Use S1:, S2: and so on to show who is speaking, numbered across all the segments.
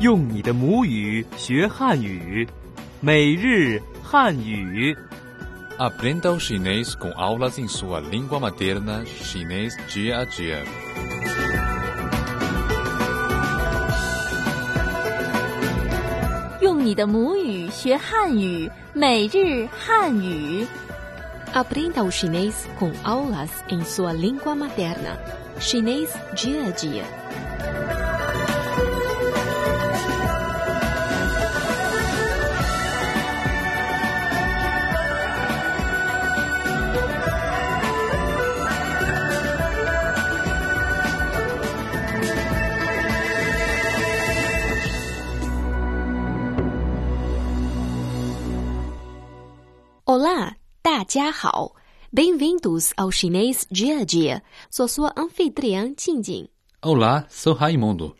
S1: 用你的母语学汉语，每日汉语。
S2: Aprenda o chinês com aulas em sua língua materna, chinês dia a dia.
S3: Aprenda o chinês com aulas em sua língua materna. Chinês dia a dia. 欧啦，大家好，Bem-vindos ao chinês dia a dia. Sou sua anfitriã Jingjing.
S2: Olá, sou Raimundo.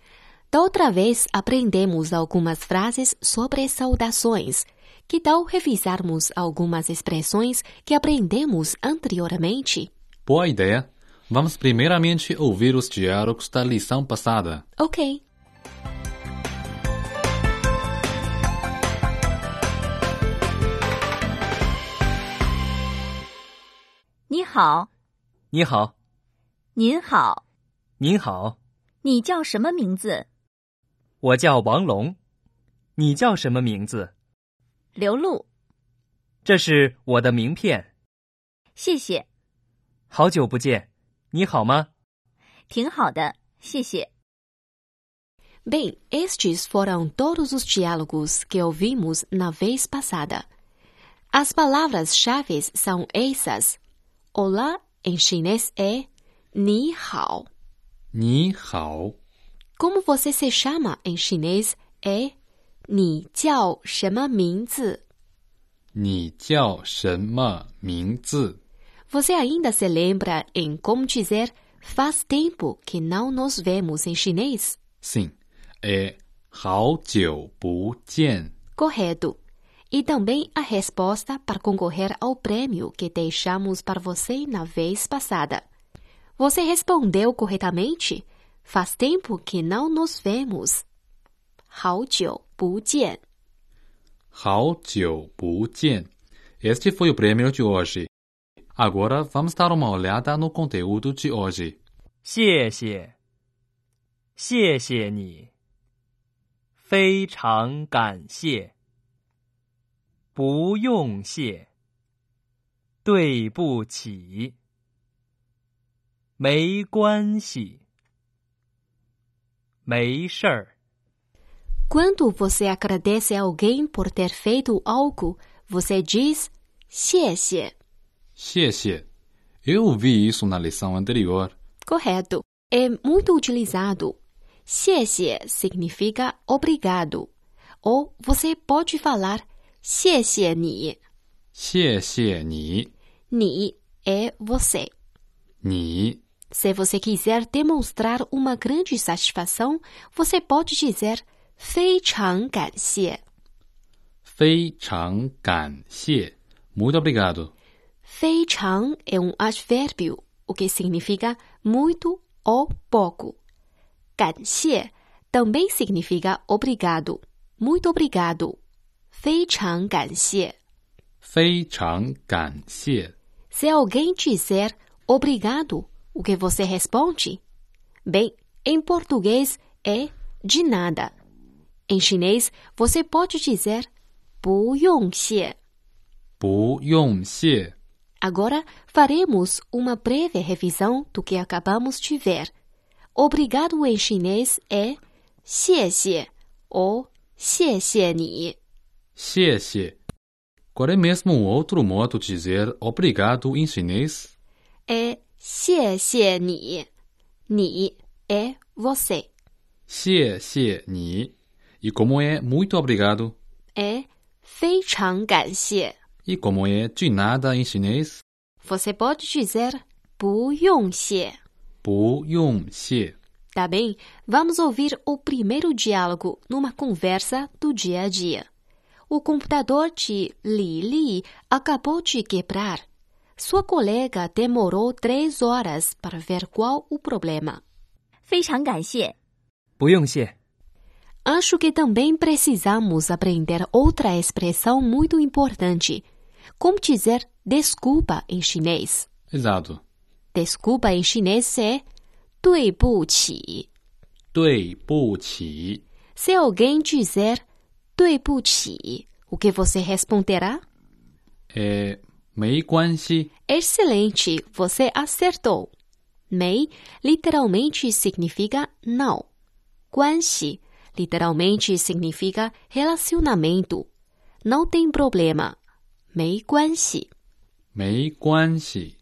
S3: Da outra vez aprendemos algumas frases sobre saudações. Que tal revisarmos algumas expressões que aprendemos anteriormente?
S2: Boa ideia. Vamos primeiramente ouvir os diálogos da lição passada.
S3: OK，
S4: 你好，
S1: 你好，
S4: 您好，
S1: 您好，
S4: 你叫什么名字？
S1: 我叫王龙，你叫什么名字？
S4: 刘露，
S1: 这是我的名片，
S4: 谢谢，
S1: 好久不见，你好吗？
S4: 挺好的，谢谢。
S3: Bem, estes foram todos os diálogos que ouvimos na vez passada. As palavras-chave são essas: Olá em chinês é Ni Hao.
S2: 你好，
S3: Como você se chama em chinês é Ni Jiao Shema Mingzi.
S2: 你叫什么名字？
S3: Você ainda se lembra em como dizer faz tempo que não nos vemos em chinês?
S2: Sim, é 好久不见。
S3: Correto. E também a resposta para concorrer ao prêmio que deixamos para você na vez passada. Você respondeu corretamente? Faz tempo que não nos vemos. 好久不见.
S2: 好久不见。Este foi o prêmio de hoje. Agora vamos dar uma olhada no conteúdo de hoje.
S1: 谢谢，谢谢你，非常感谢，不用谢，对不起，没关系，没事儿。
S3: Quando você agradece a alguém por ter feito algo, você diz 谢谢.
S2: 谢谢。Eu ouvi isso na lição anterior.
S3: Correto. É muito utilizado. 谢谢 significa obrigado. Ou você pode falar 谢谢你.
S2: 谢谢你，
S3: 你 é você.
S2: 你
S3: Se você quiser demonstrar uma grande satisfação, você pode dizer 非常感谢.
S2: 非常感谢。Muito obrigado.
S3: Feichang é um advérbio, o que significa muito ou pouco. 感谢 também significa obrigado. Muito obrigado. Feichang 感谢.
S2: 非常感谢，
S3: Se alguém disser obrigado, o que você responde? Bem, em português é de nada. Em chinês, você pode dizer 不用谢.
S2: 不用谢。
S3: Agora faremos uma breve revisão do que acabamos de ver. Obrigado em chinês é 谢谢 ou 谢谢你.
S2: 谢谢。Qual é mesmo um outro modo de dizer obrigado em chinês?
S3: É 谢谢你.你 é você.
S2: 谢谢你。E como é muito obrigado?
S3: É 非常感谢.
S2: E como é de nada em chinês?
S3: Você pode dizer 不用谢.
S2: 不用谢。
S3: Tá bem? Vamos ouvir o primeiro diálogo numa conversa do dia a dia. O computador de Li Li acabou de quebrar. Sua colega demorou três horas para ver qual o problema.
S4: 非常感谢，
S1: 不用谢，
S3: Acho que também precisamos aprender outra expressão muito importante. Como dizer desculpa em chinês?
S2: Exato.
S3: Desculpa em chinês é 对不起。
S2: 对不起，
S3: Se alguém dizer 对不起, o que você responderá?
S2: é, 呃没关系。
S3: Excelente, você acertou. Mei literalmente significa não. Guanxi literalmente significa relacionamento. Não tem problema. Mei guanxi.
S2: 没关系，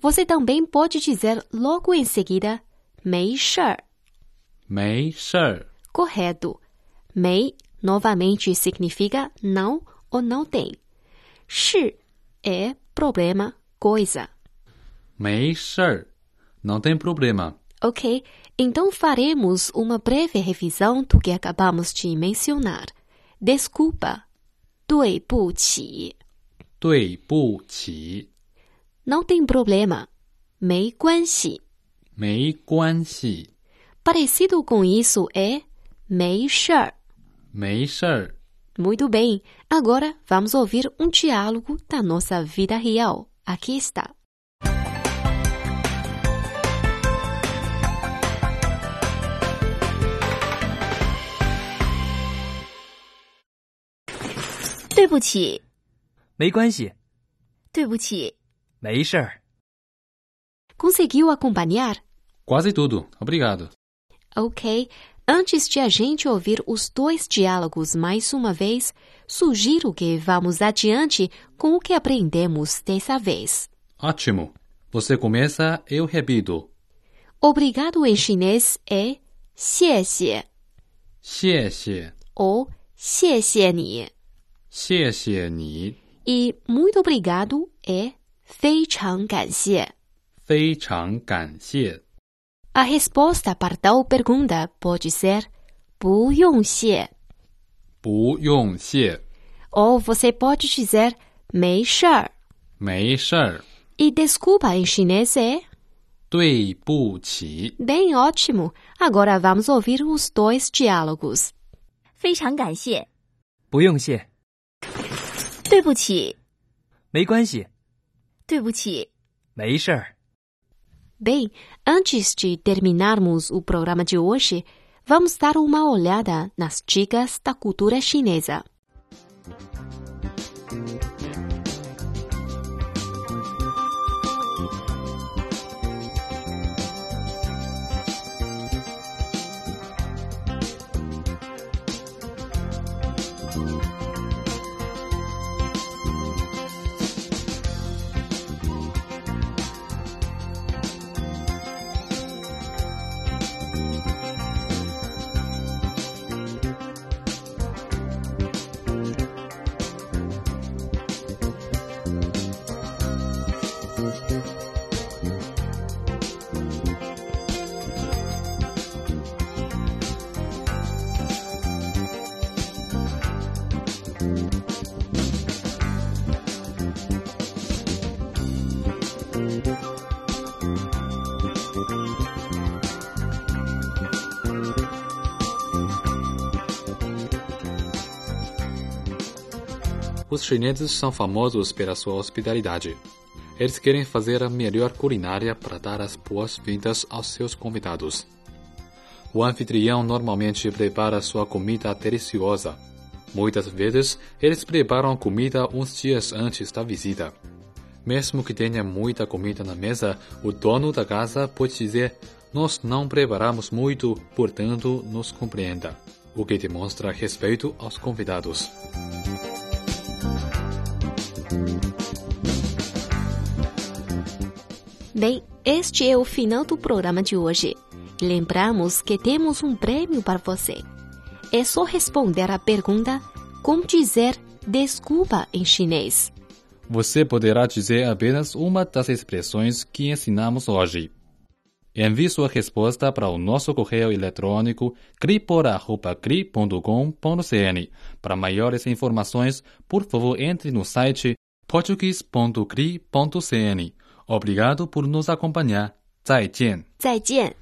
S3: Você também pode dizer logo em seguida mei shir.
S2: 没事儿。
S3: Correto. Mei novamente significa não ou não tem. Shi é problema, coisa.
S2: 没事儿，não tem problema。
S3: Ok, então faremos uma breve revisão do que acabamos de mencionar. Desculpa, 对不起,
S2: 对不起，
S3: não tem problema, 没关系.
S2: 没关系，
S3: Parecido com isso é 没事儿.
S2: 没事儿。
S3: Muito bem, agora vamos ouvir um diálogo da nossa vida real. Aqui está.
S4: 对不起，
S1: 没关系，
S4: 对不起，
S1: 没事儿。
S3: Conseguiu acompanhar?
S2: Quase tudo. Obrigado.
S3: Ok. Antes de a gente ouvir os dois diálogos mais uma vez, sugiro que vamos adiante com o que aprendemos dessa vez.
S2: Ótimo. Você começa, e eu repito.
S3: Obrigado em chinês é 谢谢
S2: 谢谢，
S3: ou 谢谢你
S2: 谢谢你，
S3: e muito obrigado é 非常感谢.
S2: 非常感谢。
S3: A resposta para tal pergunta pode ser 不用谢
S2: 不用谢，
S3: ou você pode dizer 没事儿
S2: 没事儿。
S3: e desculpa em chinês é
S2: 对不起，
S3: Bem, ótimo. Agora vamos ouvir os dois diálogos.
S4: 非常感谢，
S1: 不用谢，
S4: 对不起，
S1: 没关系，
S4: 对不起，
S1: 没事儿。
S3: Bem, antes de terminarmos o programa de hoje, vamos dar uma olhada nas dicas da cultura chinesa.
S2: Os chineses são famosos pela sua hospitalidade. Eles querem fazer a melhor culinária para dar as boas-vindas aos seus convidados. O anfitrião normalmente prepara sua comida deliciosa. Muitas vezes, eles preparam a comida uns dias antes da visita. Mesmo que tenha muita comida na mesa, o dono da casa pode dizer: Nós não preparamos muito, portanto, nos compreenda. O que demonstra respeito aos convidados.
S3: Bem, este é o final do programa de hoje. Lembramos que temos um prêmio para você. É só responder à pergunta como dizer desculpa em chinês.
S2: Você poderá dizer apenas uma das expressões que ensinamos hoje. Envie sua resposta para o nosso correio eletrônico cripora.cri.com.cn. Para maiores informações, por favor, entre no site portuguese.cri.cn. Obrigado por nos acompanhar. 再见。
S3: 再见。